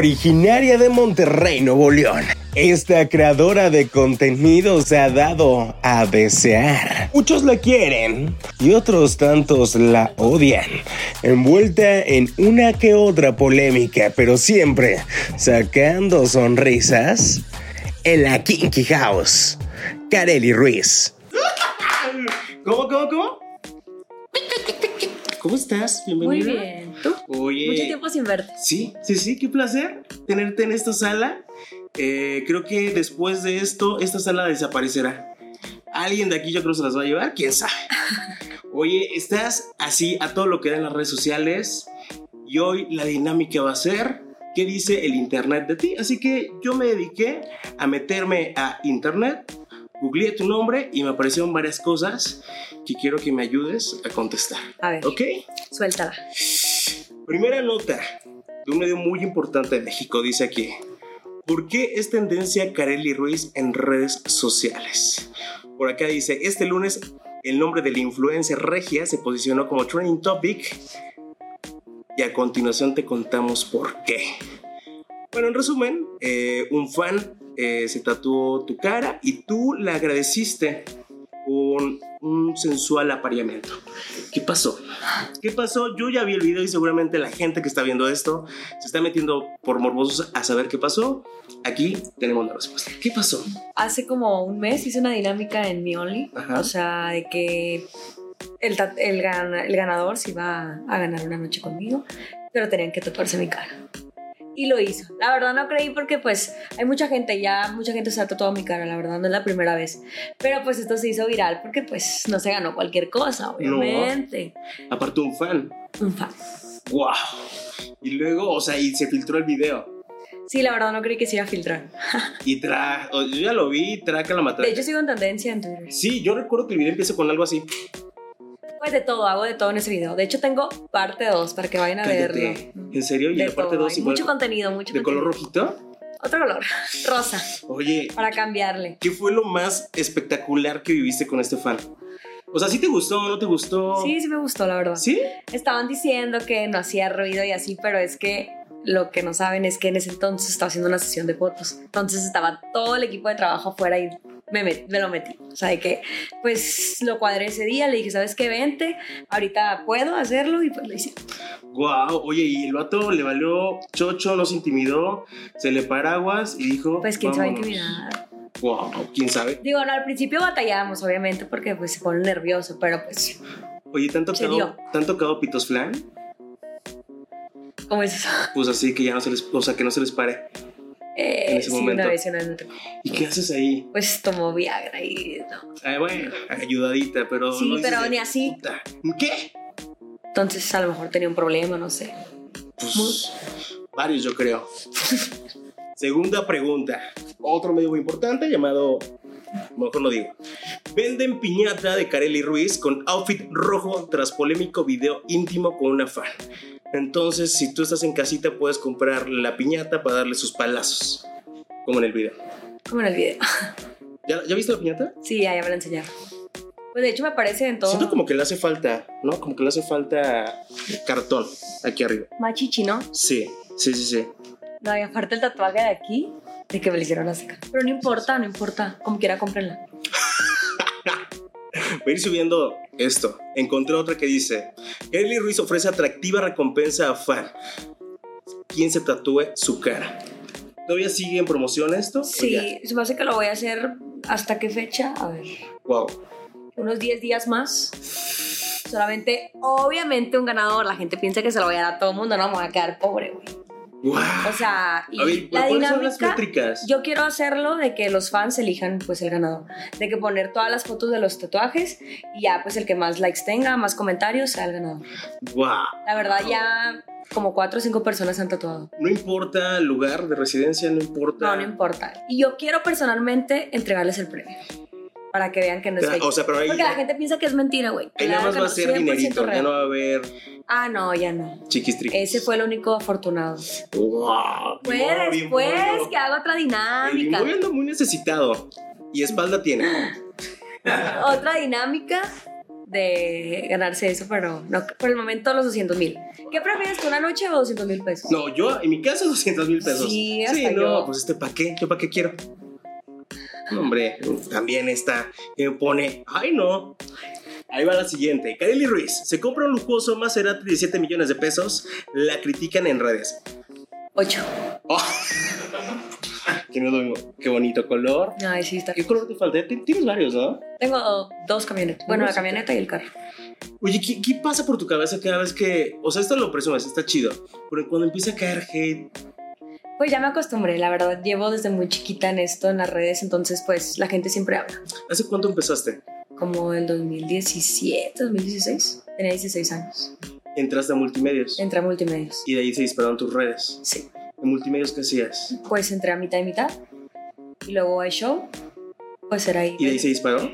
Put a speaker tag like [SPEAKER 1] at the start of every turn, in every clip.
[SPEAKER 1] Originaria de Monterrey, Nuevo León, esta creadora de contenido se ha dado a desear. Muchos la quieren y otros tantos la odian, envuelta en una que otra polémica, pero siempre sacando sonrisas en la Kinky House. Kareli Ruiz.
[SPEAKER 2] ¿Cómo, cómo, cómo? ¿Cómo estás?
[SPEAKER 3] Muy
[SPEAKER 2] Bienvenida.
[SPEAKER 3] bien. ¿Tú?
[SPEAKER 2] Oye.
[SPEAKER 3] Mucho tiempo sin verte.
[SPEAKER 2] Sí, sí, sí, qué placer tenerte en esta sala. Eh, creo que después de esto, esta sala desaparecerá. Alguien de aquí yo creo se las va a llevar, quién sabe. Oye, estás así a todo lo que da en las redes sociales y hoy la dinámica va a ser qué dice el internet de ti. Así que yo me dediqué a meterme a internet, googleé tu nombre y me aparecieron varias cosas que quiero que me ayudes a contestar.
[SPEAKER 3] A ver,
[SPEAKER 2] ¿Ok?
[SPEAKER 3] suéltala.
[SPEAKER 2] Primera nota de un medio muy importante de México, dice aquí. ¿Por qué es tendencia Kareli Ruiz en redes sociales? Por acá dice, este lunes el nombre de la influencer regia se posicionó como trending topic y a continuación te contamos por qué. Bueno, en resumen, eh, un fan eh, se tatuó tu cara y tú le agradeciste con un sensual apareamiento. ¿Qué pasó? ¿Qué pasó? Yo ya vi el video y seguramente la gente que está viendo esto se está metiendo por morbosos a saber qué pasó. Aquí tenemos la respuesta. ¿Qué pasó?
[SPEAKER 3] Hace como un mes hice una dinámica en mi Only.
[SPEAKER 2] Ajá.
[SPEAKER 3] O sea, de que el, ta- el, gan- el ganador se iba a ganar una noche conmigo, pero tenían que tatuarse mi cara. Y lo hizo. La verdad no creí porque pues hay mucha gente, ya mucha gente se ha tatuado mi cara, la verdad no es la primera vez. Pero pues esto se hizo viral porque pues no se ganó cualquier cosa, obviamente.
[SPEAKER 2] Aparte un fan.
[SPEAKER 3] Un fan.
[SPEAKER 2] ¡Wow! Y luego, o sea, y se filtró el video.
[SPEAKER 3] Sí, la verdad no creí que se iba a filtrar.
[SPEAKER 2] Y tra... o- Yo ya lo vi, traca la matada.
[SPEAKER 3] De hecho sigo en tendencia en Twitter.
[SPEAKER 2] Sí, yo recuerdo que el video empieza con algo así.
[SPEAKER 3] Pues de todo, hago de todo en ese video. De hecho, tengo parte 2 para que vayan a
[SPEAKER 2] Cállate.
[SPEAKER 3] verlo.
[SPEAKER 2] ¿En serio? Y
[SPEAKER 3] De
[SPEAKER 2] la parte
[SPEAKER 3] todo,
[SPEAKER 2] 2
[SPEAKER 3] hay Mucho contenido, mucho
[SPEAKER 2] ¿De color
[SPEAKER 3] contenido.
[SPEAKER 2] rojito?
[SPEAKER 3] Otro color, rosa,
[SPEAKER 2] Oye,
[SPEAKER 3] para cambiarle.
[SPEAKER 2] ¿qué fue lo más espectacular que viviste con este fan? O sea, ¿sí te gustó no te gustó?
[SPEAKER 3] Sí, sí me gustó, la verdad.
[SPEAKER 2] ¿Sí?
[SPEAKER 3] Estaban diciendo que no hacía ruido y así, pero es que lo que no saben es que en ese entonces estaba haciendo una sesión de fotos. Entonces estaba todo el equipo de trabajo afuera y me, met- me lo metí. O sea, de que pues lo cuadré ese día, le dije, ¿sabes qué? Vente, ahorita puedo hacerlo y pues lo hice.
[SPEAKER 2] Guau, oye, y el vato le valió chocho, los intimidó, se le paraguas y dijo.
[SPEAKER 3] Pues quién se va a
[SPEAKER 2] "Vámonos".
[SPEAKER 3] intimidar.
[SPEAKER 2] Guau, quién sabe.
[SPEAKER 3] Digo, no, al principio batallábamos, obviamente, porque pues, se pone nervioso, pero pues,
[SPEAKER 2] Oye, ¿te han tocado,
[SPEAKER 3] dio.
[SPEAKER 2] ¿te han tocado pitos flan?
[SPEAKER 3] ¿cómo es eso?
[SPEAKER 2] Pues así que ya no se les, o sea, que no se les pare.
[SPEAKER 3] Eh,
[SPEAKER 2] En ese
[SPEAKER 3] sí,
[SPEAKER 2] momento.
[SPEAKER 3] una vez, una vez me tocó.
[SPEAKER 2] ¿Y qué haces ahí?
[SPEAKER 3] Pues tomó Viagra y no.
[SPEAKER 2] Ay, bueno, ayudadita, pero.
[SPEAKER 3] Sí,
[SPEAKER 2] no dices
[SPEAKER 3] pero
[SPEAKER 2] de
[SPEAKER 3] ni así.
[SPEAKER 2] puta. ¿Qué?
[SPEAKER 3] Entonces, a lo mejor tenía un problema, no sé.
[SPEAKER 2] Pues, varios, yo creo. Segunda pregunta. Otro medio muy importante llamado. Mejor no digo. Venden piñata de Kareli Ruiz con outfit rojo tras polémico video íntimo con una fan. Entonces, si tú estás en casita, puedes comprar la piñata para darle sus palazos. Como en el video.
[SPEAKER 3] Como en el video.
[SPEAKER 2] ¿Ya, ya viste la piñata?
[SPEAKER 3] Sí, ya, ya me lo enseñaron. Pues de hecho, me aparece en todo.
[SPEAKER 2] Siento como que le hace falta, ¿no? Como que le hace falta cartón aquí arriba.
[SPEAKER 3] Machichi, ¿no?
[SPEAKER 2] Sí, sí, sí, sí.
[SPEAKER 3] No, y aparte el tatuaje de aquí, de que me lo hicieron así. Pero no importa, no importa. Como quiera, cómprenla.
[SPEAKER 2] Voy a ir subiendo esto. Encontré otra que dice: Kelly Ruiz ofrece atractiva recompensa a fan. Quien se tatúe su cara. ¿Todavía sigue en promoción esto?
[SPEAKER 3] Sí, se me hace que lo voy a hacer. ¿Hasta qué fecha? A ver.
[SPEAKER 2] Wow.
[SPEAKER 3] unos 10 días más. Solamente, obviamente, un ganador. La gente piensa que se lo voy a dar a todo el mundo, no me voy a quedar pobre, güey.
[SPEAKER 2] Wow.
[SPEAKER 3] O sea, y
[SPEAKER 2] a ver,
[SPEAKER 3] la
[SPEAKER 2] ¿cuáles son las
[SPEAKER 3] dinámica.
[SPEAKER 2] métricas?
[SPEAKER 3] Yo quiero hacerlo de que los fans elijan pues el ganador, de que poner todas las fotos de los tatuajes y ya pues el que más likes tenga, más comentarios sea el ganador.
[SPEAKER 2] Wow.
[SPEAKER 3] La verdad ya como cuatro o cinco personas se han tatuado.
[SPEAKER 2] No importa el lugar de residencia, no importa.
[SPEAKER 3] No, no importa. Y yo quiero personalmente entregarles el premio para que vean que no es fake.
[SPEAKER 2] O sea, pero ahí,
[SPEAKER 3] Porque la gente piensa que es mentira, güey.
[SPEAKER 2] ahí nada
[SPEAKER 3] Claro
[SPEAKER 2] más
[SPEAKER 3] que
[SPEAKER 2] va a ser
[SPEAKER 3] no, 100%
[SPEAKER 2] dinerito, ya
[SPEAKER 3] real.
[SPEAKER 2] no va a haber
[SPEAKER 3] Ah, no, ya no.
[SPEAKER 2] chiquis triquis.
[SPEAKER 3] Ese fue el único afortunado.
[SPEAKER 2] Wow.
[SPEAKER 3] Eh, Pues,
[SPEAKER 2] No, bien
[SPEAKER 3] pues,
[SPEAKER 2] bueno.
[SPEAKER 3] que haga otra
[SPEAKER 2] El
[SPEAKER 3] dinámica.
[SPEAKER 2] Bimboy anda muy necesitado. Y espalda tiene.
[SPEAKER 3] Otra dinámica de ganarse eso, pero no, por el momento los 200 mil. ¿Qué prefieres tú, una noche o 200 mil pesos?
[SPEAKER 2] No, yo, en mi casa, 200 mil pesos.
[SPEAKER 3] Sí, hasta
[SPEAKER 2] no,
[SPEAKER 3] yo.
[SPEAKER 2] pues este, ¿para qué? ¿Yo para qué quiero? No, hombre, también está. Que me pone, ay, no. Ahí va la siguiente. Kareli Ruiz se compra un lujoso Maserati de 7 millones de pesos. La critican en redes.
[SPEAKER 3] 8.
[SPEAKER 2] Oh. Qué, nudo- qué bonito color.
[SPEAKER 3] Ay, sí, está.
[SPEAKER 2] ¿Qué color te falta? Ti- Tienes varios, ¿no?
[SPEAKER 3] Tengo dos camionetas. Bueno, la
[SPEAKER 2] Dos.
[SPEAKER 3] camioneta y el carro.
[SPEAKER 2] Oye, ¿qué, qué pasa por tu cabeza cada vez que.? O sea, esto lo presumes, está chido. Pero cuando empieza a caer hate.
[SPEAKER 3] Pues ya me acostumbré, la verdad. Llevo desde muy chiquita en esto, en las redes, entonces pues la gente siempre habla.
[SPEAKER 2] ¿Hace cuánto empezaste?
[SPEAKER 3] Como el 2017, 2016. Tenía 16 años.
[SPEAKER 2] Entraste a multimedios.
[SPEAKER 3] Entré a multimedios.
[SPEAKER 2] Y de ahí se dispararon tus redes.
[SPEAKER 3] Sí.
[SPEAKER 2] ¿En multimedios qué hacías?
[SPEAKER 3] Pues entré a mitad y mitad. Y luego hay show. Pues era ahí.
[SPEAKER 2] Y de ahí se disparó.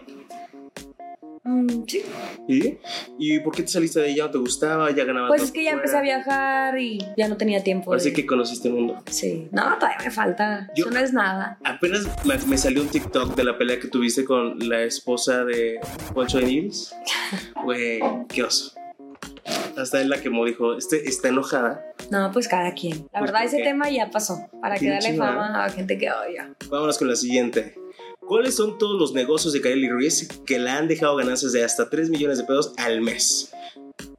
[SPEAKER 3] Mm, sí.
[SPEAKER 2] Ah, ¿Y? ¿Y por qué te saliste de ahí? ¿Ya no te gustaba? ¿Ya ganabas?
[SPEAKER 3] Pues
[SPEAKER 2] más
[SPEAKER 3] es que ya
[SPEAKER 2] fuera?
[SPEAKER 3] empecé a viajar y ya no tenía tiempo.
[SPEAKER 2] Ahora sí
[SPEAKER 3] de-
[SPEAKER 2] que conociste el mundo.
[SPEAKER 3] Sí. No, todavía me falta.
[SPEAKER 2] Yo-
[SPEAKER 3] Eso no es nada.
[SPEAKER 2] Apenas me, me salió un TikTok de la pelea que tuviste con la esposa de Poncho de Nigris. Güey, qué oso. Hasta él la quemó, dijo, este está enojada.
[SPEAKER 3] No, pues cada quien. La
[SPEAKER 2] Pues,
[SPEAKER 3] verdad,
[SPEAKER 2] ¿por
[SPEAKER 3] ese
[SPEAKER 2] qué?
[SPEAKER 3] tema ya pasó. Para que
[SPEAKER 2] Tiene
[SPEAKER 3] darle
[SPEAKER 2] chingada.
[SPEAKER 3] fama a gente que odia.
[SPEAKER 2] Vámonos con la siguiente. ¿Cuáles son todos los negocios de Kareli Ruiz que la han dejado ganancias de hasta 3 millones de pesos al mes?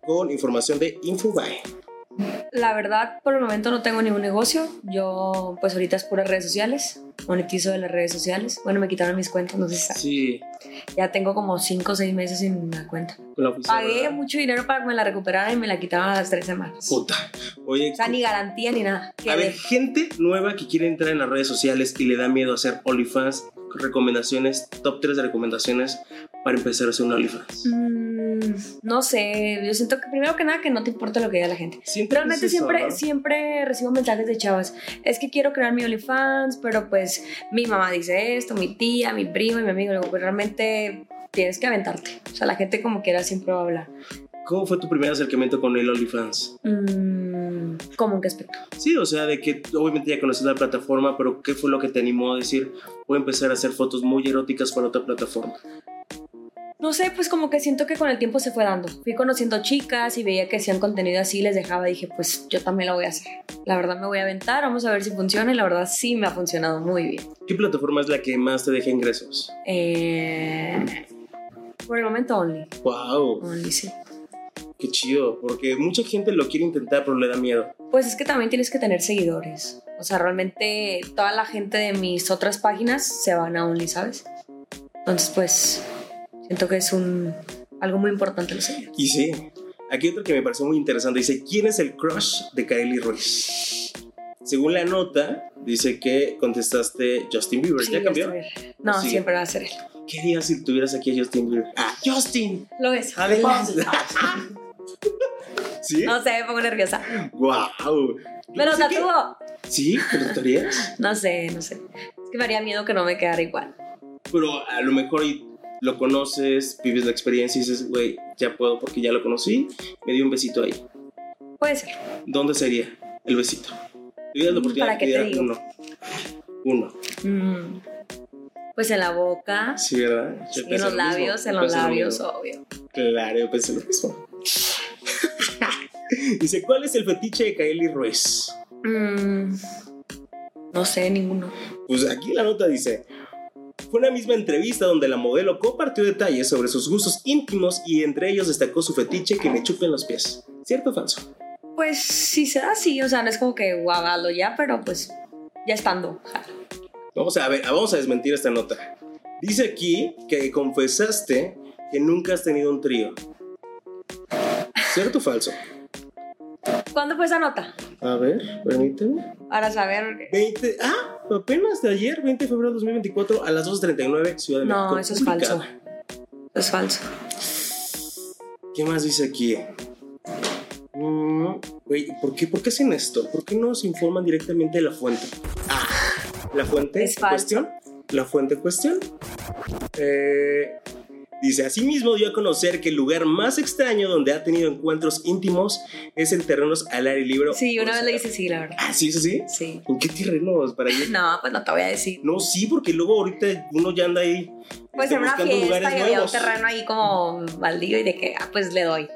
[SPEAKER 2] Con información de Infobae.
[SPEAKER 3] La verdad, por el momento no tengo ningún negocio. Yo, pues ahorita es puras redes sociales. Monetizo de las redes sociales. Bueno, me quitaron mis cuentas, no sé si saben.
[SPEAKER 2] Sí,
[SPEAKER 3] Ya tengo como 5 o 6 meses sin la cuenta.
[SPEAKER 2] con la oficina.
[SPEAKER 3] Pagué mucho dinero para que me la recuperaran y me la quitaron a las 3 semanas.
[SPEAKER 2] Puta. Oye,
[SPEAKER 3] O sea, ni garantía ni nada.
[SPEAKER 2] a ver,
[SPEAKER 3] Quedé.
[SPEAKER 2] gente nueva que quiere entrar en las redes sociales y le da miedo hacer OnlyFans, recomendaciones, top 3 de recomendaciones para empezar a hacer un OnlyFans.
[SPEAKER 3] Mm, no sé, yo siento que primero que nada que no te importa lo que diga la gente.
[SPEAKER 2] Siempre
[SPEAKER 3] Realmente
[SPEAKER 2] es eso,
[SPEAKER 3] siempre,
[SPEAKER 2] ¿no?
[SPEAKER 3] siempre recibo mensajes de chavas. Es que quiero crear mi OnlyFans, pero pues mi mamá dice esto, mi tía, mi primo y mi amigo. Le digo, pues realmente tienes que aventarte. O sea, la gente como quiera siempre va a hablar.
[SPEAKER 2] ¿Cómo fue tu primer acercamiento con el OnlyFans?
[SPEAKER 3] Mm, ¿Cómo en qué aspecto?
[SPEAKER 2] Sí, o sea, de que obviamente ya conoces la plataforma, pero ¿qué fue lo que te animó a decir voy a empezar a hacer fotos muy eróticas para otra plataforma?
[SPEAKER 3] No sé, pues como que siento que con el tiempo se fue dando. Fui conociendo chicas y veía que hacían contenido así, les dejaba. Dije, pues yo también lo voy a hacer. La verdad me voy a aventar, vamos a ver si funciona. Y la verdad sí me ha funcionado muy bien.
[SPEAKER 2] ¿Qué plataforma es la que más te deja ingresos?
[SPEAKER 3] Eh, por el momento, Only.
[SPEAKER 2] ¡Wow!
[SPEAKER 3] Only, sí.
[SPEAKER 2] ¡Qué chido! Porque mucha gente lo quiere intentar, pero le da miedo.
[SPEAKER 3] Pues es que también tienes que tener seguidores. O sea, realmente toda la gente de mis otras páginas se van a Only, ¿sabes? Entonces, pues, siento que es un, algo muy importante los seguidores.
[SPEAKER 2] Y sí, aquí otro que me pareció muy interesante. Dice, ¿quién es el crush de Kylie Ruiz? Según la nota, dice que contestaste Justin Bieber.
[SPEAKER 3] Sí,
[SPEAKER 2] ¿Ya cambió?
[SPEAKER 3] Justin Bieber. No,
[SPEAKER 2] Sí.
[SPEAKER 3] siempre va a ser él.
[SPEAKER 2] ¿Qué harías si tuvieras aquí a Justin Bieber? ¡Ah, Justin!
[SPEAKER 3] Lo es.
[SPEAKER 2] ¡Adelante! ¿Sí?
[SPEAKER 3] No sé, me pongo nerviosa.
[SPEAKER 2] ¡Wow!
[SPEAKER 3] ¡Me lo tatúo!
[SPEAKER 2] ¿Sí? ¿Te lo tatuarías?
[SPEAKER 3] No sé, no sé. Es que me haría miedo que no me quedara igual.
[SPEAKER 2] Pero a lo mejor y lo conoces, vives la experiencia y dices, güey, ya puedo porque ya lo conocí. Me dio un besito ahí.
[SPEAKER 3] Puede ser.
[SPEAKER 2] ¿Dónde sería el besito? Tuvieras la
[SPEAKER 3] Mm,
[SPEAKER 2] oportunidad
[SPEAKER 3] ¿para
[SPEAKER 2] de
[SPEAKER 3] qué te
[SPEAKER 2] pedir
[SPEAKER 3] digo?
[SPEAKER 2] uno. Uno.
[SPEAKER 3] Mm. Pues en la boca,
[SPEAKER 2] Sí, ¿verdad? Yo
[SPEAKER 3] sí, en
[SPEAKER 2] pensé
[SPEAKER 3] los
[SPEAKER 2] lo mismo,
[SPEAKER 3] labios,
[SPEAKER 2] yo
[SPEAKER 3] en los
[SPEAKER 2] pensé lo
[SPEAKER 3] labios,
[SPEAKER 2] mismo.
[SPEAKER 3] obvio.
[SPEAKER 2] Claro, yo pensé lo mismo. Dice, ¿cuál es el fetiche de Kaeli Ruiz?
[SPEAKER 3] Mm, no sé, ninguno.
[SPEAKER 2] Pues aquí la nota dice. Fue una misma entrevista donde la modelo compartió detalles sobre sus gustos íntimos y entre ellos destacó su fetiche que me chupen los pies. ¿Cierto o falso?
[SPEAKER 3] Pues sí se da así, o sea, no es como que guavalo ya, pero pues ya estando. ja.
[SPEAKER 2] Vamos a ver, vamos a desmentir esta nota. Dice aquí que confesaste que nunca has tenido un trío. ¿Cierto o falso?
[SPEAKER 3] ¿Cuándo fue esa nota?
[SPEAKER 2] A ver, permíteme.
[SPEAKER 3] Para saber.
[SPEAKER 2] 20, ah, apenas de ayer, 20 de febrero de 2024 a las 2.39, Ciudad de México.
[SPEAKER 3] No, eso es
[SPEAKER 2] publicada.
[SPEAKER 3] falso. Eso es falso.
[SPEAKER 2] ¿Qué más dice aquí? Mm, Güey, ¿por qué, ¿por qué hacen esto? ¿Por qué no se informan directamente de la fuente? Ah, la fuente
[SPEAKER 3] Es
[SPEAKER 2] en
[SPEAKER 3] falso.
[SPEAKER 2] cuestión. La fuente en cuestión. Eh, Dice, asimismo dio a conocer que el lugar más extraño donde ha tenido encuentros íntimos es en terrenos al aire libre.
[SPEAKER 3] Sí, una
[SPEAKER 2] O
[SPEAKER 3] vez
[SPEAKER 2] sea,
[SPEAKER 3] le hice sí, la verdad.
[SPEAKER 2] Ah, sí, eso sí.
[SPEAKER 3] Sí.
[SPEAKER 2] ¿En qué terrenos? Para ir?
[SPEAKER 3] No, pues no te voy a decir.
[SPEAKER 2] No, sí, porque luego ahorita uno ya anda ahí.
[SPEAKER 3] Pues
[SPEAKER 2] este,
[SPEAKER 3] en una
[SPEAKER 2] buscando
[SPEAKER 3] fiesta y
[SPEAKER 2] lugares
[SPEAKER 3] había un
[SPEAKER 2] nuevos.
[SPEAKER 3] terreno ahí como baldío y de que, ah, pues le doy.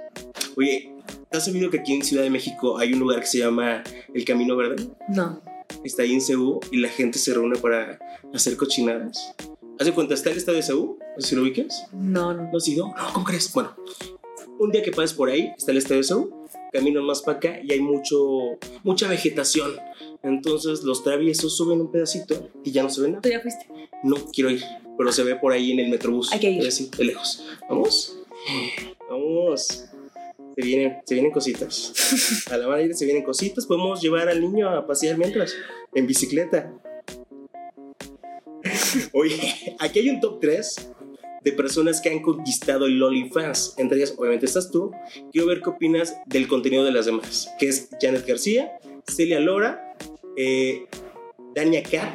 [SPEAKER 2] Oye, ¿te has sabido que aquí en Ciudad de México hay un lugar que se llama El Camino Verde?
[SPEAKER 3] No.
[SPEAKER 2] Está ahí en Ceú y la gente se reúne para hacer cochinadas. ¿Haz de cuenta? Está el estadio de Ceú, no sé si lo ubicas.
[SPEAKER 3] No, no.
[SPEAKER 2] ¿No has ido? No, ¿cómo crees? Bueno, un día que pases por ahí, está el estadio de Ceú, caminan más para acá y hay mucho, mucha vegetación. Entonces los traviesos suben un pedacito y ya no se ven nada.
[SPEAKER 3] ¿Tú ya fuiste?
[SPEAKER 2] No quiero ir, pero se ve por ahí en el metrobús.
[SPEAKER 3] Hay que ir.
[SPEAKER 2] Y Así, de lejos. ¿Vamos? Vamos. Se vienen, se vienen cositas. A la manera se vienen cositas. Podemos llevar al niño a pasear mientras, en bicicleta. Oye, aquí hay un top 3 de personas que han conquistado el OnlyFans. Entre ellas, obviamente, estás tú. Quiero ver qué opinas del contenido de las demás, que es Janet García, Celia Lora, eh, Dania Cat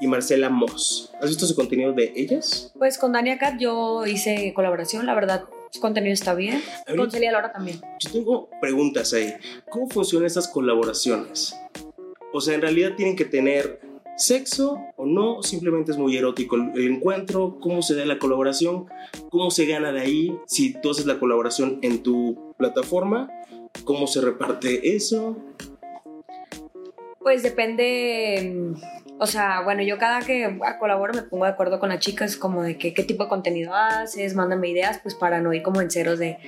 [SPEAKER 2] y Marcela Moss. ¿Has visto su contenido de ellas?
[SPEAKER 3] Pues con Dania Cat yo hice colaboración, la verdad. Su contenido está bien.
[SPEAKER 2] A ver,
[SPEAKER 3] Con Celia Lora también.
[SPEAKER 2] yo tengo preguntas ahí. ¿Cómo funcionan estas colaboraciones? O sea, ¿en realidad tienen que tener sexo o no? ¿Simplemente es muy erótico el, el encuentro? ¿Cómo se da la colaboración? ¿Cómo se gana de ahí? Si tú haces la colaboración en tu plataforma, ¿cómo se reparte eso?
[SPEAKER 3] Pues depende. mm, O sea, bueno, yo cada que colaboro me pongo de acuerdo con las chicas, como de que, qué tipo de contenido haces, mándame ideas, pues para no ir como en ceros de,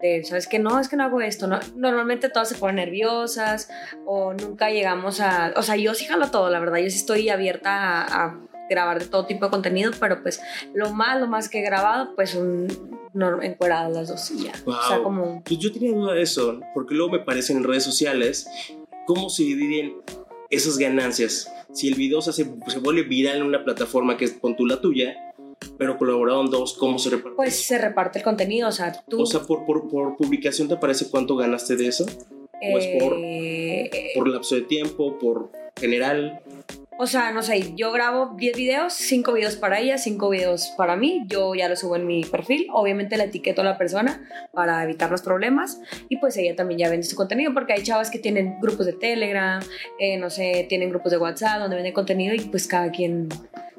[SPEAKER 3] de, ¿sabes que No, es que no hago esto. No, normalmente todas se ponen nerviosas o nunca llegamos a. O sea, yo sí jalo todo, la verdad. Yo sí estoy abierta a, a grabar de todo tipo de contenido, pero pues lo más, lo más que he grabado, pues un. No, encueradas las dos y ya. O sea,
[SPEAKER 2] Wow.
[SPEAKER 3] como un
[SPEAKER 2] Pues yo tenía duda de eso, porque luego me parecen en redes sociales cómo se dividen esas ganancias. Si el video se, hace- se vuelve viral en una plataforma que es con tú la tuya, pero colaboraron dos, ¿cómo se reparte?
[SPEAKER 3] pues se reparte el contenido, o sea, tú...
[SPEAKER 2] o sea, por, por, por publicación te parece cuánto ganaste de eso? o es por-
[SPEAKER 3] eh,
[SPEAKER 2] Por lapso de tiempo, por general.
[SPEAKER 3] O sea, no sé, yo grabo 10 videos, 5 videos para ella, 5 videos para mí, yo ya lo subo en mi perfil, obviamente la etiqueto a la persona para evitar los problemas y pues ella también ya vende su contenido porque hay chavas que tienen grupos de Telegram, eh, no sé, tienen grupos de WhatsApp donde venden contenido y pues cada quien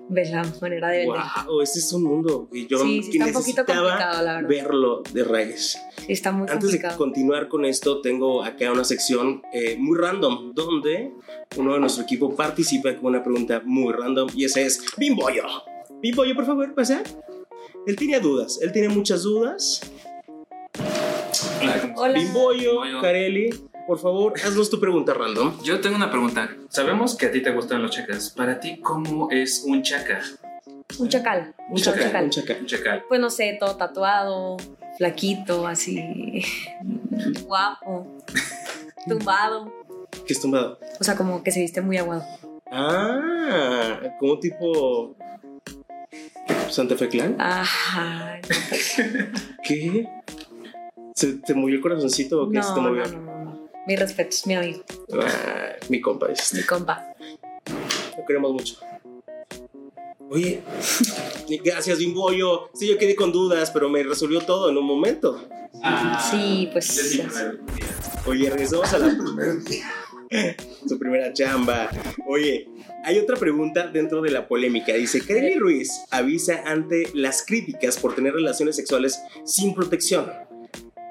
[SPEAKER 3] ve la manera de vender.
[SPEAKER 2] Wow, este es un mundo que yo
[SPEAKER 3] sí, sí
[SPEAKER 2] que
[SPEAKER 3] está un poquito
[SPEAKER 2] necesitaba
[SPEAKER 3] complicado, la verdad.
[SPEAKER 2] verlo de raíz.
[SPEAKER 3] Sí, está muy
[SPEAKER 2] Antes de
[SPEAKER 3] complicado.
[SPEAKER 2] continuar con esto, tengo acá una sección eh, muy random, donde uno de nuestro equipo participa con una pregunta muy random y esa es Bimboyo. Bimboyo, por favor, pasa. Él tiene dudas, él tiene muchas dudas.
[SPEAKER 3] Hola.
[SPEAKER 2] Bimboyo,
[SPEAKER 4] Bimboyo.
[SPEAKER 2] Carelli, por favor, haznos tu pregunta random.
[SPEAKER 4] Yo tengo una pregunta. Sabemos que a ti te gustan los chacas. Para ti, ¿cómo es un chaca?
[SPEAKER 3] Un chacal.
[SPEAKER 2] Un chacal,
[SPEAKER 4] chacal.
[SPEAKER 2] un chacal.
[SPEAKER 4] Un chacal.
[SPEAKER 3] Pues no sé, todo tatuado, flaquito, así, guapo, tumbado.
[SPEAKER 2] ¿Qué es tumbado?
[SPEAKER 3] O sea, como que se viste muy aguado.
[SPEAKER 2] Ah, como tipo Santa Fe Clan.
[SPEAKER 3] Ah. Ajá.
[SPEAKER 2] ¿Qué? ¿Se te movió el corazoncito o qué se te
[SPEAKER 3] No, no,
[SPEAKER 2] movió?
[SPEAKER 3] no, no, no. Mis respetos, mi amigo,
[SPEAKER 2] Ah, mi compa es.
[SPEAKER 3] mi compa.
[SPEAKER 2] Lo queremos mucho. Oye, gracias, Bimboyo. Sí, yo quedé con dudas, pero me resolvió todo en un momento.
[SPEAKER 3] Sí, pues,
[SPEAKER 4] yo sí,
[SPEAKER 3] sí.
[SPEAKER 2] Oye, regresamos a la su primera chamba. Oye, hay otra pregunta dentro de la polémica. Dice, Kareli Ruiz avisa ante las críticas por tener relaciones sexuales sin protección.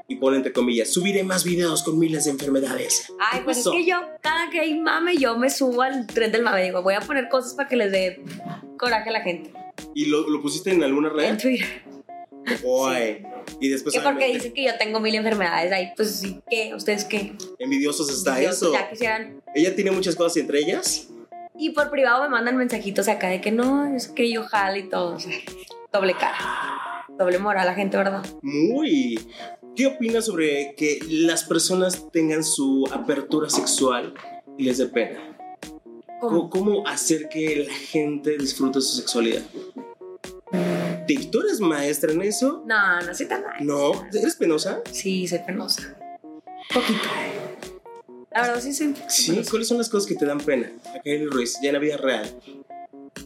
[SPEAKER 2] Y pone entre comillas, subiré más videos con miles de enfermedades.
[SPEAKER 3] Ay,
[SPEAKER 2] ¿Qué
[SPEAKER 3] pues es
[SPEAKER 2] pasó?
[SPEAKER 3] que yo, cada que hay mame, yo me subo al tren del mame. Digo, voy a poner cosas para que les dé coraje a la gente.
[SPEAKER 2] ¿Y lo, lo pusiste en alguna
[SPEAKER 3] En
[SPEAKER 2] red?
[SPEAKER 3] Twitter.
[SPEAKER 2] Oye, y después...
[SPEAKER 3] Que
[SPEAKER 2] Pues
[SPEAKER 3] porque
[SPEAKER 2] obviamente,
[SPEAKER 3] dicen que yo tengo mil enfermedades. Ay, pues sí, ¿qué? ¿Ustedes qué?
[SPEAKER 2] Envidiosos está
[SPEAKER 3] Yo,
[SPEAKER 2] eso.
[SPEAKER 3] Ya quisieran.
[SPEAKER 2] Ella tiene muchas cosas entre ellas.
[SPEAKER 3] Y por privado me mandan mensajitos acá de que no, es que yo jalo y todo. O sea, doble cara. Doble moral la gente, ¿verdad?
[SPEAKER 2] Muy. ¿Qué opinas sobre que las personas tengan su apertura sexual y les dé pena? ¿Cómo,
[SPEAKER 3] Como-
[SPEAKER 2] cómo hacer que la gente disfrute su sexualidad? ¿Te, ¿Tú eres maestra en eso?
[SPEAKER 3] No, no soy tan mal.
[SPEAKER 2] No. ¿Eres penosa?
[SPEAKER 3] Sí, soy penosa. Poquito. La verdad, sí, soy
[SPEAKER 2] Sí.
[SPEAKER 3] penosa.
[SPEAKER 2] ¿Cuáles son las cosas que te dan pena? A Kelly Ruiz, ya en la vida real.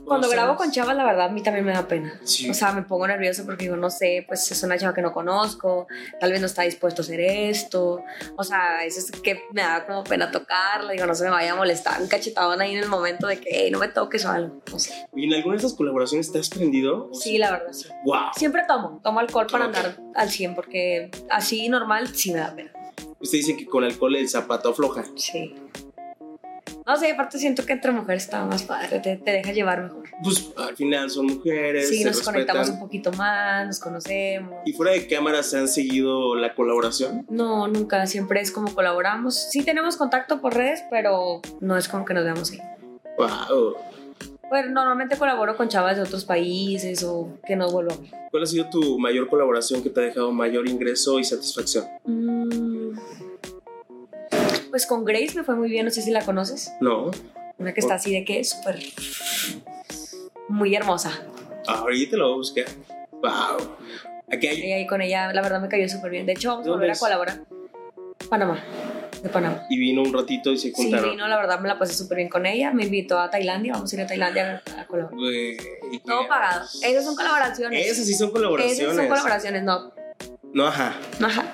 [SPEAKER 2] O
[SPEAKER 3] cuando
[SPEAKER 2] No
[SPEAKER 3] grabo
[SPEAKER 2] sabes.
[SPEAKER 3] con chavas, la verdad, a mí también me da pena.
[SPEAKER 2] Sí.
[SPEAKER 3] O sea, me pongo nerviosa porque digo, no sé, pues es una chava que no conozco, tal vez no está dispuesto a hacer esto. O sea, eso es que me da como pena tocarla, digo, no se me vaya a molestar un cachetadón ahí en el momento de que, "Ey, no me toques o algo. No sé.
[SPEAKER 2] ¿Y en alguna de estas colaboraciones te has prendido?
[SPEAKER 3] Sí, la verdad. sí.
[SPEAKER 2] ¡Wow!
[SPEAKER 3] Siempre tomo, tomo alcohol para
[SPEAKER 2] Ok.
[SPEAKER 3] andar al 100 porque así normal sí me da pena.
[SPEAKER 2] Usted dice que con alcohol el zapato afloja.
[SPEAKER 3] Sí. No sé, aparte siento que entre mujeres está más padre, te, te deja llevar mejor.
[SPEAKER 2] Pues al final son mujeres,
[SPEAKER 3] Sí,
[SPEAKER 2] se
[SPEAKER 3] nos conectamos un
[SPEAKER 2] respetan.
[SPEAKER 3] poquito más, nos conocemos.
[SPEAKER 2] ¿Y fuera de cámara se han seguido la colaboración?
[SPEAKER 3] No, nunca, siempre es como colaboramos. Sí tenemos contacto por redes, pero no es como que nos veamos ahí.
[SPEAKER 2] ¡Wow!
[SPEAKER 3] Pues normalmente colaboro con chavas de otros países o que nos vuelvo a ver.
[SPEAKER 2] ¿Cuál ha sido tu mayor colaboración que te ha dejado mayor ingreso y satisfacción?
[SPEAKER 3] Mm. Pues con Grace me fue muy bien, no sé si la conoces.
[SPEAKER 2] No.
[SPEAKER 3] Una que está así de que es súper... Muy hermosa.
[SPEAKER 2] Ahorita lo voy a buscar. ¡Wow! Aquí hay.
[SPEAKER 3] Y ahí con ella, la verdad, me cayó súper bien. De hecho, vamos a
[SPEAKER 2] ¿Dónde
[SPEAKER 3] volver a
[SPEAKER 2] es?
[SPEAKER 3] colaborar. Panamá, de Panamá.
[SPEAKER 2] Y vino un ratito y se
[SPEAKER 3] Sí,
[SPEAKER 2] juntaron.
[SPEAKER 3] vino, la verdad, me la pasé súper bien con ella. Me invitó a Tailandia, vamos a ir a Tailandia a- a colaborar.
[SPEAKER 2] Güey, ¿y qué?
[SPEAKER 3] Todo pagado. Esas son colaboraciones.
[SPEAKER 2] Esas sí son
[SPEAKER 3] Esas
[SPEAKER 2] colaboraciones.
[SPEAKER 3] son colaboraciones, no.
[SPEAKER 2] No, ajá.
[SPEAKER 3] Ajá.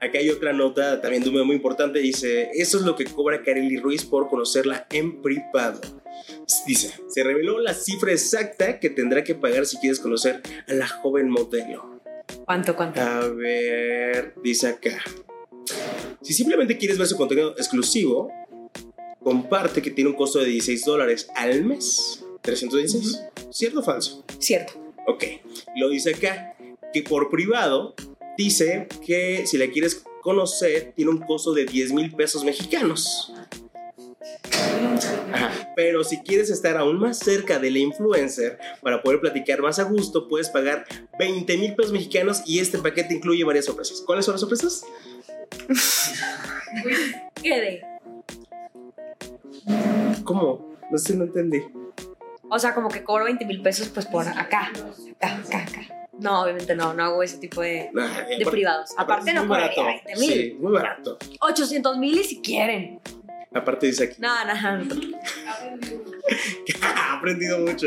[SPEAKER 2] Acá hay otra nota también de un medio muy importante. Dice, eso es lo que cobra Kareli Ruiz por conocerla en privado. Dice, se reveló la cifra exacta que tendrá que pagar si quieres conocer a la joven modelo.
[SPEAKER 3] ¿Cuánto, cuánto?
[SPEAKER 2] A ver, dice acá. Si simplemente quieres ver su contenido exclusivo, comparte que tiene un costo de 16 dólares al mes. ¿316? ¿Cierto o falso?
[SPEAKER 3] Cierto.
[SPEAKER 2] Ok, lo dice acá, que por privado dice que si la quieres conocer tiene un costo de 10 mil pesos mexicanos. Ajá, Pero si quieres estar aún más cerca de la influencer para poder platicar más a gusto, puedes pagar 20 mil pesos mexicanos y este paquete incluye varias sorpresas. ¿Cuáles son las sorpresas?
[SPEAKER 3] Quedé.
[SPEAKER 2] ¿Cómo? No sé, no entendí.
[SPEAKER 3] O sea, como que cobro 20 mil pesos, pues por acá. Acá, acá, acá. No, obviamente no, no hago ese tipo de,
[SPEAKER 2] Ah, y
[SPEAKER 3] de privados. Aparte,
[SPEAKER 2] es
[SPEAKER 3] no
[SPEAKER 2] muy
[SPEAKER 3] cobraría
[SPEAKER 2] barato.
[SPEAKER 3] 20 mil.
[SPEAKER 2] Sí, muy barato.
[SPEAKER 3] 800 mil y si quieren.
[SPEAKER 2] Aparte dice aquí,
[SPEAKER 3] No, no, no.
[SPEAKER 2] ha aprendido mucho.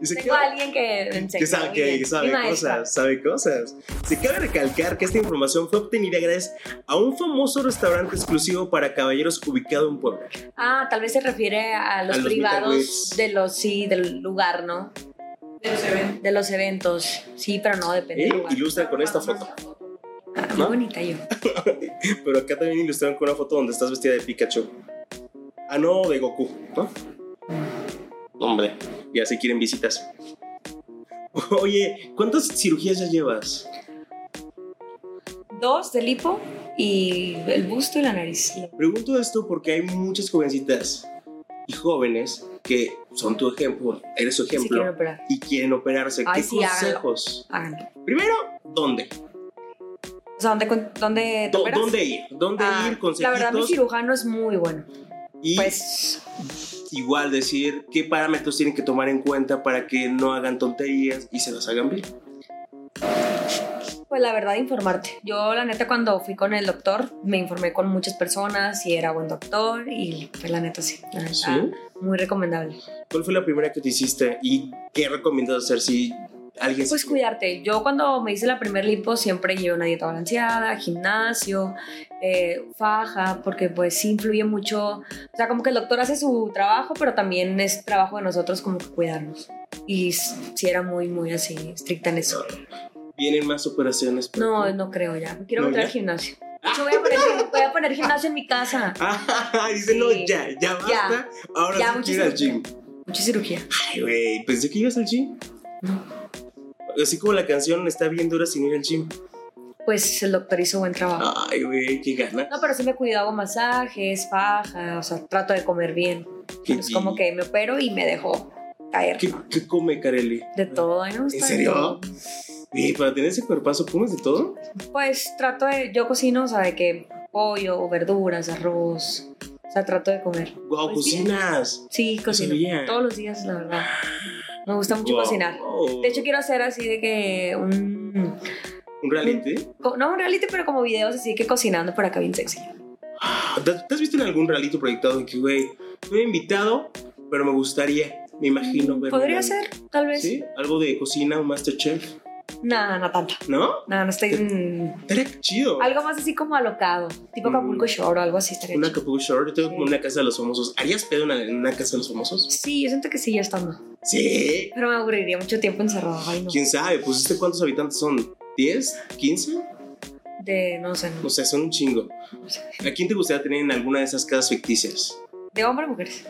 [SPEAKER 2] Dice
[SPEAKER 3] Tengo
[SPEAKER 2] que...
[SPEAKER 3] a alguien que me enseña
[SPEAKER 2] que sabe,
[SPEAKER 3] muy
[SPEAKER 2] que
[SPEAKER 3] bien.
[SPEAKER 2] sabe
[SPEAKER 3] Mi maestra.
[SPEAKER 2] cosas, sabe cosas. Se cabe recalcar que esta información fue obtenida gracias a un famoso restaurante exclusivo para caballeros ubicado en Puebla.
[SPEAKER 3] Ah, tal vez se refiere a los,
[SPEAKER 2] A los meet
[SPEAKER 3] privados
[SPEAKER 2] and
[SPEAKER 3] de los, sí, del lugar, ¿no?
[SPEAKER 5] De los eventos.
[SPEAKER 3] De los eventos. Sí, pero no, depende
[SPEAKER 2] ¿Eh?
[SPEAKER 3] del lugar.
[SPEAKER 2] Ilustran con esta foto.
[SPEAKER 3] Ah,
[SPEAKER 2] ¿no?
[SPEAKER 3] Muy bonita yo.
[SPEAKER 2] Pero acá también ilustran con una foto donde estás vestida de Pikachu. Ah, no, de Goku, ¿no? Hombre, ya se quieren visitas. Oye, ¿cuántas cirugías ya llevas?
[SPEAKER 3] Dos del hipo y el busto y la nariz.
[SPEAKER 2] Pregunto esto porque hay muchas jovencitas y jóvenes que son tu ejemplo, eres su
[SPEAKER 3] Si
[SPEAKER 2] ejemplo.
[SPEAKER 3] quieren operar,
[SPEAKER 2] y quieren operarse,
[SPEAKER 3] Ay,
[SPEAKER 2] ¿qué
[SPEAKER 3] sí,
[SPEAKER 2] consejos?
[SPEAKER 3] háganlo.
[SPEAKER 2] Primero, ¿dónde?
[SPEAKER 3] O sea, ¿dónde, con- dónde te
[SPEAKER 2] Do-
[SPEAKER 3] operas?
[SPEAKER 2] ¿Dónde ir? ¿Dónde
[SPEAKER 3] Ah,
[SPEAKER 2] ir?
[SPEAKER 3] la
[SPEAKER 2] Consejitos
[SPEAKER 3] verdad, mi cirujano es muy bueno.
[SPEAKER 2] y
[SPEAKER 3] Pues
[SPEAKER 2] igual decir qué parámetros tienen que tomar en cuenta para que no hagan tonterías y se las hagan bien.
[SPEAKER 3] Pues la verdad, informarte. Yo, la neta, cuando fui con el doctor, me informé con muchas personas y era buen doctor. Y pues la neta, sí. La neta,
[SPEAKER 2] ¿Sí?
[SPEAKER 3] Muy recomendable.
[SPEAKER 2] ¿Cuál fue la primera que te hiciste y qué recomiendas hacer si alguien
[SPEAKER 3] Pues cuidarte. Yo, cuando me hice la primer lipo, siempre llevo una dieta balanceada, gimnasio, eh, faja, porque pues sí influye mucho. O sea, como que el doctor hace su trabajo, pero también es trabajo de nosotros como que cuidarnos. Y s- sí era muy, muy así, estricta en eso.
[SPEAKER 2] vienen más operaciones? para
[SPEAKER 3] No,
[SPEAKER 2] ti?
[SPEAKER 3] no creo ya. Quiero
[SPEAKER 2] ¿No,
[SPEAKER 3] volver
[SPEAKER 2] ya?
[SPEAKER 3] al gimnasio. Yo voy a poner, voy a poner gimnasio en mi casa.
[SPEAKER 2] Ah, dice,
[SPEAKER 3] Sí.
[SPEAKER 2] no, ya, ya basta. Ahora
[SPEAKER 3] Ya,
[SPEAKER 2] sí
[SPEAKER 3] muchas
[SPEAKER 2] quiero ir al gym.
[SPEAKER 3] Mucha cirugía.
[SPEAKER 2] Ay, güey, pensé que ibas al gym. Así como la canción está bien dura sin ir al gym.
[SPEAKER 3] Pues el doctor hizo buen trabajo.
[SPEAKER 2] Ay, güey, qué gana.
[SPEAKER 3] No, pero sí me cuido, hago masajes, faja, o sea, trato de comer bien. Es como que me opero y me dejo caer.
[SPEAKER 2] ¿Qué, qué come Kareli?
[SPEAKER 3] De todo, a mí me gusta
[SPEAKER 2] ¿En
[SPEAKER 3] de
[SPEAKER 2] serio?
[SPEAKER 3] todo.
[SPEAKER 2] Y para tener ese cuerpazo, ¿comes de todo?
[SPEAKER 3] Pues trato de, yo cocino, o sea, de que pollo, verduras, arroz, o sea, trato de comer.
[SPEAKER 2] ¡Guau,
[SPEAKER 3] Pues bien.
[SPEAKER 2] cocinas!
[SPEAKER 3] Sí, cocino.
[SPEAKER 2] sabía.
[SPEAKER 3] Todos los días, la verdad. Me gusta mucho
[SPEAKER 2] Guau.
[SPEAKER 3] cocinar. De hecho, quiero hacer así de que un...
[SPEAKER 2] ¿Un reality?
[SPEAKER 3] co- No un reality, pero como videos así que cocinando por acá bien sexy.
[SPEAKER 2] Ah, ¿Te te has visto en algún reality proyectado en que, güey, no he invitado, pero me gustaría? Me imagino verlo.
[SPEAKER 3] Mm, Podría
[SPEAKER 2] en-
[SPEAKER 3] ser, pues. tal vez.
[SPEAKER 2] ¿Sí? Algo de cocina, un Masterchef.
[SPEAKER 3] No, no tanto.
[SPEAKER 2] ¿No?
[SPEAKER 3] No, no estoy. mm,
[SPEAKER 2] Estaría chido.
[SPEAKER 3] algo más así como alocado, tipo Acapulco
[SPEAKER 2] Mm.
[SPEAKER 3] Shore o algo así estaría
[SPEAKER 2] Una
[SPEAKER 3] chido.
[SPEAKER 2] Acapulco Shore. Yo tengo como
[SPEAKER 3] Sí.
[SPEAKER 2] una casa de los famosos. ¿Harías pedo en una- en una casa de los famosos?
[SPEAKER 3] Sí, yo siento que sí, ya estando.
[SPEAKER 2] Sí.
[SPEAKER 3] Pero me aburriría mucho tiempo encerrado. Ay, no.
[SPEAKER 2] ¿Quién sabe? Pues este cuántos habitantes son? ¿10? ¿15?
[SPEAKER 3] De, no sé, no.
[SPEAKER 2] O sea, son un chingo.
[SPEAKER 3] no sé.
[SPEAKER 2] ¿A quién te gustaría tener en alguna de esas casas ficticias?
[SPEAKER 3] De hombre o mujeres.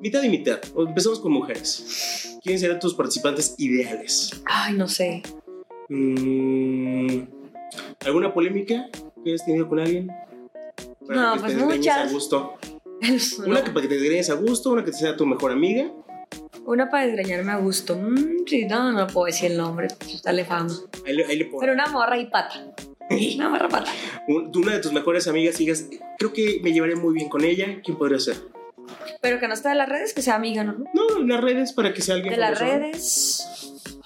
[SPEAKER 2] Mitad y mitad. O Empezamos con mujeres. ¿Quiénes serán tus participantes ideales?
[SPEAKER 3] Ay, no sé.
[SPEAKER 2] Mm, ¿Alguna polémica que hayas tenido con alguien?
[SPEAKER 3] No,
[SPEAKER 2] que
[SPEAKER 3] pues
[SPEAKER 2] te desgreñes
[SPEAKER 3] muchas.
[SPEAKER 2] a gusto.
[SPEAKER 3] No.
[SPEAKER 2] Una que para que te desgreñes a gusto, una que sea tu mejor amiga.
[SPEAKER 3] Una para desgreñarme a gusto. Mm, sí, no, no puedo decir el nombre, pues, dale fama.
[SPEAKER 2] Ahí le, ahí le pongo.
[SPEAKER 3] Pero una morra y pata. Una morra pata.
[SPEAKER 2] Un- tú, una de tus mejores amigas digas, creo que me llevaré muy bien con ella. ¿Quién podría ser?
[SPEAKER 3] Pero que no está de las redes, que sea amiga, ¿no?
[SPEAKER 2] No, no, en las redes para que sea alguien.
[SPEAKER 3] De las
[SPEAKER 2] famoso.
[SPEAKER 3] redes.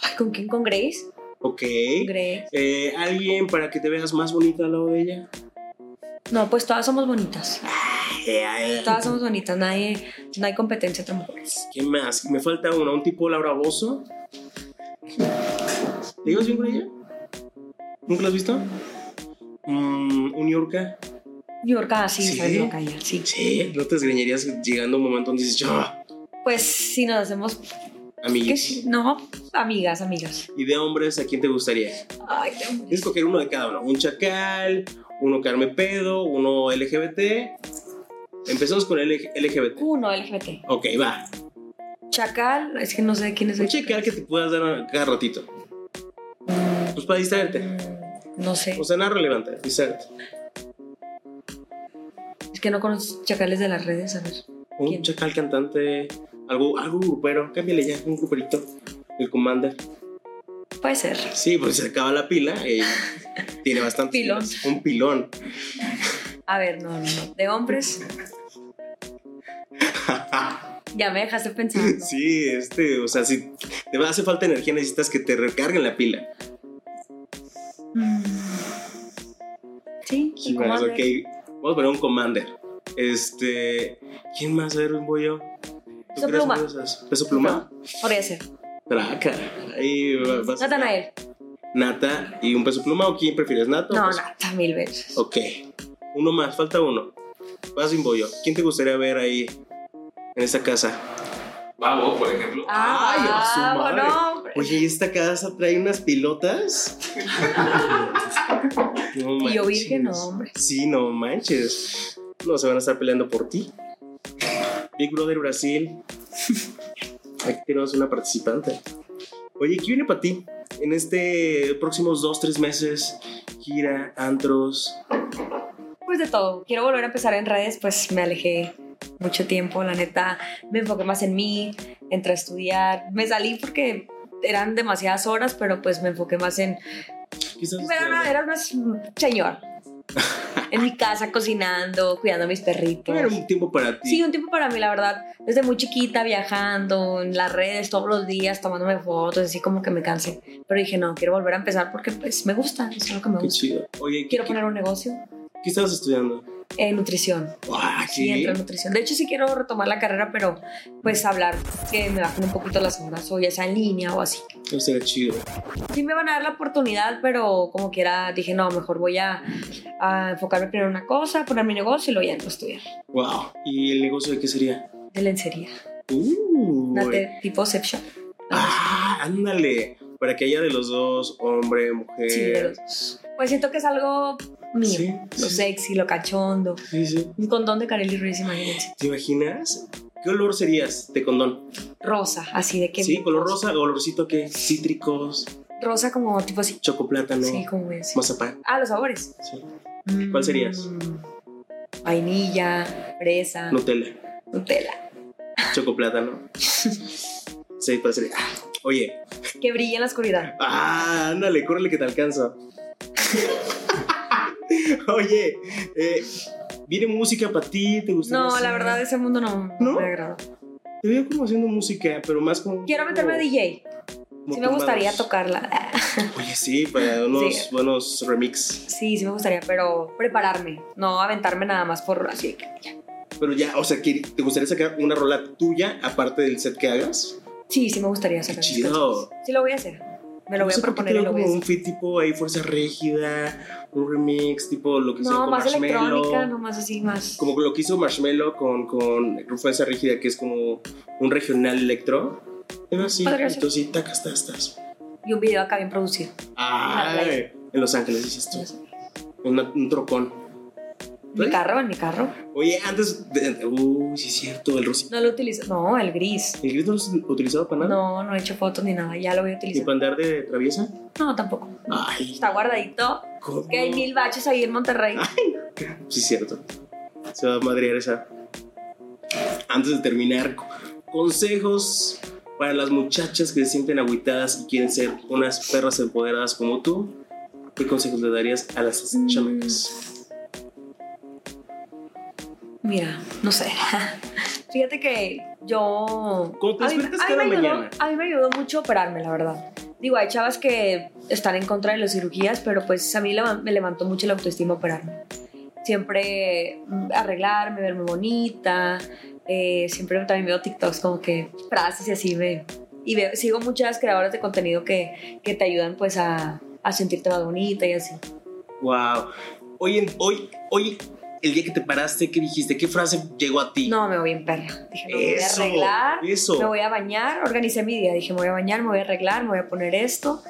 [SPEAKER 3] Ay, ¿con quién? ¿Con Grace?
[SPEAKER 2] Ok.
[SPEAKER 3] Con Grace.
[SPEAKER 2] Eh, alguien para que te veas más bonita al lado de ella.
[SPEAKER 3] No, pues todas somos bonitas.
[SPEAKER 2] Eh, eh,
[SPEAKER 3] Todas somos bonitas. Nadie, no hay competencia entre mujeres.
[SPEAKER 2] ¿Quién más? Me falta una, un tipo Laura Bozo. ¿Te llevas bien con ella? ¿Nunca la has visto? Mm, ¿Un Yorka?
[SPEAKER 3] New York, ah, sí,
[SPEAKER 2] Sí.
[SPEAKER 3] soy loca ya, sí.
[SPEAKER 2] Sí, ¿no te desgreñarías llegando a un momento donde dices, ah,
[SPEAKER 3] Pues si nos hacemos. ¿qué?
[SPEAKER 2] amiguis?
[SPEAKER 3] No, amigas, amigas.
[SPEAKER 2] ¿Y de hombres a quién te gustaría?
[SPEAKER 3] Ay, de
[SPEAKER 2] Tienes
[SPEAKER 3] hombres.
[SPEAKER 2] que escoger uno de cada uno. Un chacal, uno que arme pedo, uno LGBT. Empezamos con el LGBT.
[SPEAKER 3] Uno LGBT.
[SPEAKER 2] Ok, va.
[SPEAKER 3] Chacal, es que no sé quién es
[SPEAKER 2] Un
[SPEAKER 3] el
[SPEAKER 2] chacal que te puedas dar cada ratito. Pues para distraerte.
[SPEAKER 3] Mm, No sé.
[SPEAKER 2] O sea, nada relevante, distraerte.
[SPEAKER 3] Es que no conozco chacales de las redes, a ver.
[SPEAKER 2] Un
[SPEAKER 3] ¿Quién?
[SPEAKER 2] chacal cantante, algo, algo grupero, cámbiale ya, un gruperito. El Commander.
[SPEAKER 3] Puede ser.
[SPEAKER 2] Sí, pues se acaba la pila y tiene bastante.
[SPEAKER 3] Pilón.
[SPEAKER 2] Un pilón.
[SPEAKER 3] A ver, no, no, no. De hombres. ya me dejaste pensando.
[SPEAKER 2] Sí, este, o sea, si te va- hace falta energía, necesitas que te recarguen la pila.
[SPEAKER 3] Mm. Sí,
[SPEAKER 2] ¿Quién
[SPEAKER 3] ¿cómo
[SPEAKER 2] más?
[SPEAKER 3] ande?
[SPEAKER 2] Ok, vamos a poner un Commander. Este, ¿quién más? A ver, voy yo. ¿Tú
[SPEAKER 3] Peso
[SPEAKER 2] crees
[SPEAKER 3] Pluma.
[SPEAKER 2] que esas? ¿Peso pluma?
[SPEAKER 3] Podría ser.
[SPEAKER 2] Traca. Ahí va- vas a-
[SPEAKER 3] Natanael.
[SPEAKER 2] Nata y un peso pluma o quién prefieres, Nata o
[SPEAKER 3] No,
[SPEAKER 2] peso?
[SPEAKER 3] Nata, mil veces.
[SPEAKER 2] Ok. Uno más, falta uno. Vas sin bollo. ¿Quién te gustaría ver ahí en esta casa?
[SPEAKER 4] Babo, por ejemplo.
[SPEAKER 3] Ah,
[SPEAKER 2] Ay, a su
[SPEAKER 3] bravo,
[SPEAKER 2] madre.
[SPEAKER 3] no, hombre.
[SPEAKER 2] Oye, ¿y esta casa trae unas pilotas? No
[SPEAKER 3] Y yo virgen, no,
[SPEAKER 2] manches.
[SPEAKER 3] hombre.
[SPEAKER 2] Sí, no manches. No se van a estar peleando por ti. Big Brother Brasil. Aquí tenemos una participante. Oye, ¿qué viene para ti? En este próximos dos, tres meses, gira, antros.
[SPEAKER 3] Pues de todo. Quiero volver a empezar en redes, pues me alejé mucho tiempo, la neta. Me enfoqué más en mí, entré a estudiar. Me salí porque eran demasiadas horas, pero pues me enfoqué más en...
[SPEAKER 2] ¿Qué estás
[SPEAKER 3] Era una,
[SPEAKER 2] estudiando?
[SPEAKER 3] era una señor. En mi casa cocinando, cuidando a mis perritos.
[SPEAKER 2] Era un tiempo para ti.
[SPEAKER 3] Sí, un tiempo para mí, la verdad. Desde muy chiquita, viajando en las redes todos los días, tomándome fotos, así como que me cansé. Pero dije, no, quiero volver a empezar porque pues me gusta, eso es lo que me
[SPEAKER 2] Qué
[SPEAKER 3] gusta.
[SPEAKER 2] chido. Oye, ¿qué,
[SPEAKER 3] Quiero
[SPEAKER 2] qué-
[SPEAKER 3] poner un negocio
[SPEAKER 2] qué estabas estudiando?
[SPEAKER 3] en nutrición.
[SPEAKER 2] Guau,
[SPEAKER 3] Sí,
[SPEAKER 2] qué-
[SPEAKER 3] entro en nutrición. De hecho, sí quiero retomar la carrera, pero pues hablar que me bajen un poquito las horas o ya sea en línea o así.
[SPEAKER 2] Eso será chido.
[SPEAKER 3] Sí me van a dar la oportunidad, pero como quiera dije, no, mejor voy a, a enfocarme primero en una cosa, poner mi negocio y luego ya entro a estudiar.
[SPEAKER 2] Wow. ¿Y el negocio de qué sería?
[SPEAKER 3] De lencería.
[SPEAKER 2] Uh,
[SPEAKER 3] Una te- tipo sex shop.
[SPEAKER 2] Ah, ándale. Para que haya de los dos, hombre, mujer.
[SPEAKER 3] Sí, de los dos. Pues siento que es algo mío.
[SPEAKER 2] Sí,
[SPEAKER 3] Lo
[SPEAKER 2] sí.
[SPEAKER 3] sexy, lo cachondo.
[SPEAKER 2] Sí, sí.
[SPEAKER 3] Un condón de Carelli Ruiz, imagínense.
[SPEAKER 2] ¿Te imaginas? ¿Qué olor serías de condón?
[SPEAKER 3] Rosa, así de que.
[SPEAKER 2] Sí, color rosa, olorcito que cítricos,
[SPEAKER 3] Rosa como tipo así.
[SPEAKER 2] chocoplátano,
[SPEAKER 3] Sí, como es.
[SPEAKER 2] mazapán.
[SPEAKER 3] Ah, los sabores.
[SPEAKER 2] Sí.
[SPEAKER 3] Mm,
[SPEAKER 2] ¿Cuál serías?
[SPEAKER 3] Vainilla, fresa,
[SPEAKER 2] Nutella,
[SPEAKER 3] Nutella.
[SPEAKER 2] chocoplátano. sí, para ser- ah, Oye,
[SPEAKER 3] Que brilla en la oscuridad.
[SPEAKER 2] ah, ándale, córrele que te alcanza. Oye, eh, ¿viene música para ti? ¿Te gusta?
[SPEAKER 3] No, la verdad, ese mundo no, no
[SPEAKER 2] ¿No?
[SPEAKER 3] me agrada.
[SPEAKER 2] Te veo como haciendo música, pero más como.
[SPEAKER 3] Quiero meterme a DJ.
[SPEAKER 2] como
[SPEAKER 3] Sí me gustaría
[SPEAKER 2] tumbados.
[SPEAKER 3] tocarla.
[SPEAKER 2] Oye, sí, para unos
[SPEAKER 3] Sí.
[SPEAKER 2] buenos remix.
[SPEAKER 3] Sí, sí me gustaría, pero prepararme. No aventarme nada más por así. de que-
[SPEAKER 2] Pero ya, o sea, que ¿te gustaría sacar una rola tuya aparte del set que hagas?
[SPEAKER 3] Sí, sí me gustaría
[SPEAKER 2] Qué
[SPEAKER 3] sacar mis
[SPEAKER 2] chido.
[SPEAKER 3] canciones. Sí lo voy a hacer. Me
[SPEAKER 2] No
[SPEAKER 3] lo voy
[SPEAKER 2] sé
[SPEAKER 3] a
[SPEAKER 2] por qué
[SPEAKER 3] proponer
[SPEAKER 2] te
[SPEAKER 3] y
[SPEAKER 2] veo
[SPEAKER 3] lo voy a
[SPEAKER 2] como un
[SPEAKER 3] hacer.
[SPEAKER 2] fit tipo ahí fuerza rígida, un remix tipo lo que hizo
[SPEAKER 3] No,
[SPEAKER 2] con
[SPEAKER 3] más electrónica,
[SPEAKER 2] Marshmello.
[SPEAKER 3] no más así, más.
[SPEAKER 2] Como lo que hizo Marshmello con, con fuerza rígida, que es como un regional electro. Era así,
[SPEAKER 3] Podría ser.
[SPEAKER 2] entonces sí, tacas, tacas, tacas.
[SPEAKER 3] Y un video acá bien producido. Ah,
[SPEAKER 2] Ay, en Los Ángeles dices tú. Una- un trocón.
[SPEAKER 3] Mi carro, en mi carro.
[SPEAKER 2] Oye, antes. de- de- uy, sí es cierto, el rosito.
[SPEAKER 3] No lo utilizo. No, el gris.
[SPEAKER 2] ¿El grito no es utilizado para nada?
[SPEAKER 3] No, no he hecho fotos ni nada. Ya lo voy a
[SPEAKER 2] ¿Ni
[SPEAKER 3] utilizar.
[SPEAKER 2] para andar de traviesa?
[SPEAKER 3] No, tampoco.
[SPEAKER 2] Ay,
[SPEAKER 3] Está guardadito.
[SPEAKER 2] ¿cómo?
[SPEAKER 3] Que hay mil baches ahí en Monterrey.
[SPEAKER 2] Sí, es cierto. Se va a madrear esa. Antes de terminar, consejos para las muchachas que se sienten agüitadas y quieren ser unas perras empoderadas como tú. ¿Qué consejos le darías a las
[SPEAKER 3] Mm.
[SPEAKER 2] chamacas?
[SPEAKER 3] Mira, no sé. Fíjate que yo.
[SPEAKER 2] Como te
[SPEAKER 3] a mí-
[SPEAKER 2] despiertas
[SPEAKER 3] a mí
[SPEAKER 2] cada
[SPEAKER 3] me ayudó-
[SPEAKER 2] mañana.
[SPEAKER 3] a mí me ayudó mucho operarme, la verdad. Digo, hay chavas que están en contra de las cirugías, pero pues a mí leva- me levantó mucho la autoestima operarme. Siempre mm, arreglarme, verme bonita. eh, siempre también veo TikToks como que frases y así me. Y veo- sigo muchas creadoras de contenido que, que te ayudan pues a, a sentirte más bonita y así.
[SPEAKER 2] Wow. Hoy, en- hoy, hoy, el día que te paraste, ¿qué dijiste? ¿Qué frase llegó a ti?
[SPEAKER 3] No, me voy en perra. Dije, no, me voy a
[SPEAKER 2] eso.
[SPEAKER 3] arreglar.
[SPEAKER 2] Eso.
[SPEAKER 3] Me voy a bañar, organicé mi día, dije, me voy a bañar, me voy a arreglar, me voy a poner esto.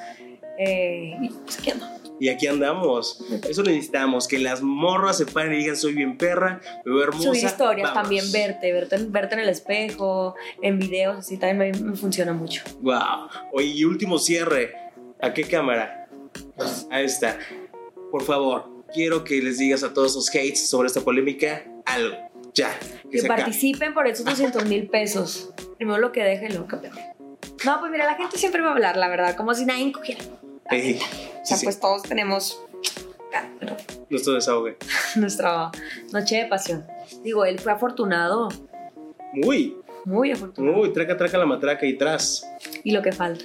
[SPEAKER 3] eh, y pues aquí ando.
[SPEAKER 2] Y aquí andamos. Eso necesitamos, que las morras se paren y digan soy bien perra, me veo hermosa.
[SPEAKER 3] Subir historias,
[SPEAKER 2] vamos".
[SPEAKER 3] también verte, verte, en- verte en el espejo, en videos, así también me, me funciona mucho.
[SPEAKER 2] Wow. Oye, y último cierre. ¿A qué cámara? Ahí está. Por favor, quiero que les digas a todos los hates sobre esta polémica algo. Ya. Que
[SPEAKER 3] Que
[SPEAKER 2] se acabe.
[SPEAKER 3] participen por esos 200 mil pesos. Primero lo que deje, luego que pegue. No, pues mira, la gente siempre va a hablar, la verdad, como si nadie cogiera.
[SPEAKER 2] Ey,
[SPEAKER 3] O
[SPEAKER 2] sí,
[SPEAKER 3] sea,
[SPEAKER 2] sí,
[SPEAKER 3] pues todos tenemos ah, pero
[SPEAKER 2] nuestro desahogue.
[SPEAKER 3] nuestra noche de pasión. Digo, él fue afortunado,
[SPEAKER 2] Muy,
[SPEAKER 3] muy afortunado.
[SPEAKER 2] muy, traca, traca la matraca y tras.
[SPEAKER 3] y lo que falta.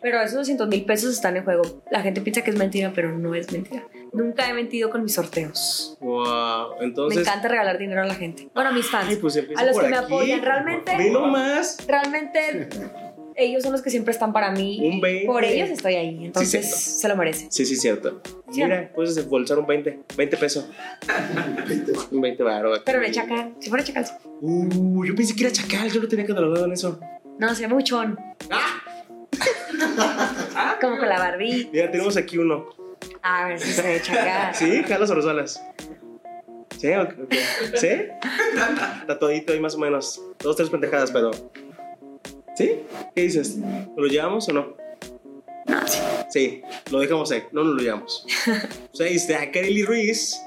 [SPEAKER 3] Pero esos 200 mil pesos están en juego. La gente piensa que es mentira, pero no es mentira. Nunca he mentido con mis sorteos.
[SPEAKER 2] Wow.
[SPEAKER 3] me
[SPEAKER 2] Entonces.
[SPEAKER 3] encanta regalar dinero a la gente. Bueno, a mis
[SPEAKER 2] ay,
[SPEAKER 3] fans.
[SPEAKER 2] pues empieza
[SPEAKER 3] A los
[SPEAKER 2] por
[SPEAKER 3] que me
[SPEAKER 2] aquí.
[SPEAKER 3] apoyan, realmente-
[SPEAKER 2] Ve nomás.
[SPEAKER 3] Realmente ellos son los que siempre están para mí.
[SPEAKER 2] Un 20.
[SPEAKER 3] Por ellos estoy ahí. Entonces
[SPEAKER 2] cierto.
[SPEAKER 3] se lo merecen.
[SPEAKER 2] Sí, sí, cierto.
[SPEAKER 3] Sí,
[SPEAKER 2] Mira, puedes desembolsar un 20, 20 pesos. un 20 baro. aquí.
[SPEAKER 3] Pero no es chacal. Si fuera chacal. sí.
[SPEAKER 2] Uh, yo pensé que era chacal, yo no tenía catalogado en eso.
[SPEAKER 3] No, se llama muchón.
[SPEAKER 2] ¡Ah!
[SPEAKER 3] Como con la Barbie.
[SPEAKER 2] Mira, tenemos aquí uno.
[SPEAKER 3] A ver si se ve chacal.
[SPEAKER 2] ¿Sí? ¿Jalas o los jalas? ¿Sí? ¿O qué? ¿Sí? Tatuadito ahí más o menos. Dos, tres pendejadas, pero. ¿Sí? ¿Qué dices? ¿Lo llevamos o no?
[SPEAKER 3] No, sí.
[SPEAKER 2] Sí, lo dejamos ahí. No nos lo llevamos. Pues ahí está Kareli Ruiz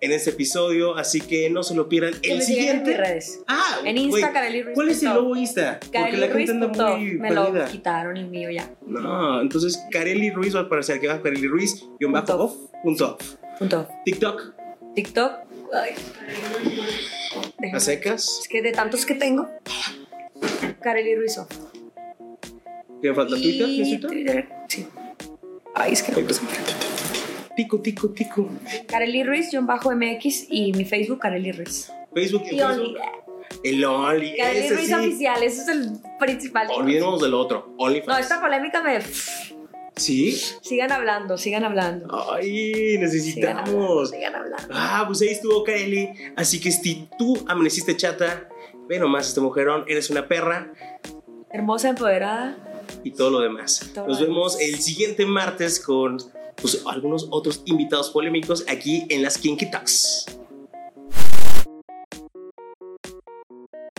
[SPEAKER 2] en este episodio, así que no se lo pierdan.
[SPEAKER 3] Que
[SPEAKER 2] El
[SPEAKER 3] me sigan en mis
[SPEAKER 2] siguiente.
[SPEAKER 3] redes.
[SPEAKER 2] Ah,
[SPEAKER 3] En
[SPEAKER 2] güey,
[SPEAKER 3] Insta, Kareli Ruiz.
[SPEAKER 2] ¿Cuál es el
[SPEAKER 3] punto-
[SPEAKER 2] logo Insta? Porque
[SPEAKER 3] Kareli
[SPEAKER 2] la gente
[SPEAKER 3] Ruiz.
[SPEAKER 2] anda
[SPEAKER 3] punto-
[SPEAKER 2] muy
[SPEAKER 3] Me lo
[SPEAKER 2] perdida.
[SPEAKER 3] quitaron el mío ya.
[SPEAKER 2] No, entonces Kareli Ruiz va a aparecer aquí abajo, Kareli Ruiz, guión bajo
[SPEAKER 3] Punto.
[SPEAKER 2] off, punto off.
[SPEAKER 3] Punto.
[SPEAKER 2] TikTok,
[SPEAKER 3] TikTok. Ay.
[SPEAKER 2] a
[SPEAKER 3] Déjame.
[SPEAKER 2] secas.
[SPEAKER 3] Es que de tantos que tengo. Kareli Ruiz.
[SPEAKER 2] ¿Te falta Twitter? ¿Tienes
[SPEAKER 3] Y
[SPEAKER 2] Twitter?
[SPEAKER 3] Twitter. Sí. Ay, es que no.
[SPEAKER 2] Tico, tico, tico.
[SPEAKER 3] Kareli Ruiz, yo bajo MX y mi Facebook, Kareli Ruiz.
[SPEAKER 2] Facebook
[SPEAKER 3] Y Only.
[SPEAKER 2] El Only.
[SPEAKER 3] Kareli
[SPEAKER 2] ese
[SPEAKER 3] Ruiz
[SPEAKER 2] sí.
[SPEAKER 3] oficial, ese es el principal.
[SPEAKER 2] Olvidémonos del otro.
[SPEAKER 3] No,
[SPEAKER 2] OnlyFans.
[SPEAKER 3] esta polémica me.
[SPEAKER 2] Sí.
[SPEAKER 3] Sigan hablando, sigan hablando.
[SPEAKER 2] Ah, Ay,
[SPEAKER 3] Sigan hablando,
[SPEAKER 2] necesitamos.
[SPEAKER 3] sigan hablando.
[SPEAKER 2] Ah, pues ahí estuvo Kareli. Así que si tú amaneciste chata, ve nomás este mujerón, eres una perra
[SPEAKER 3] Hermosa, empoderada.
[SPEAKER 2] y todo lo demás.
[SPEAKER 3] Todo
[SPEAKER 2] Nos
[SPEAKER 3] lo
[SPEAKER 2] vemos
[SPEAKER 3] demás.
[SPEAKER 2] el siguiente martes con pues, algunos otros invitados polémicos aquí en las Kinky Talks.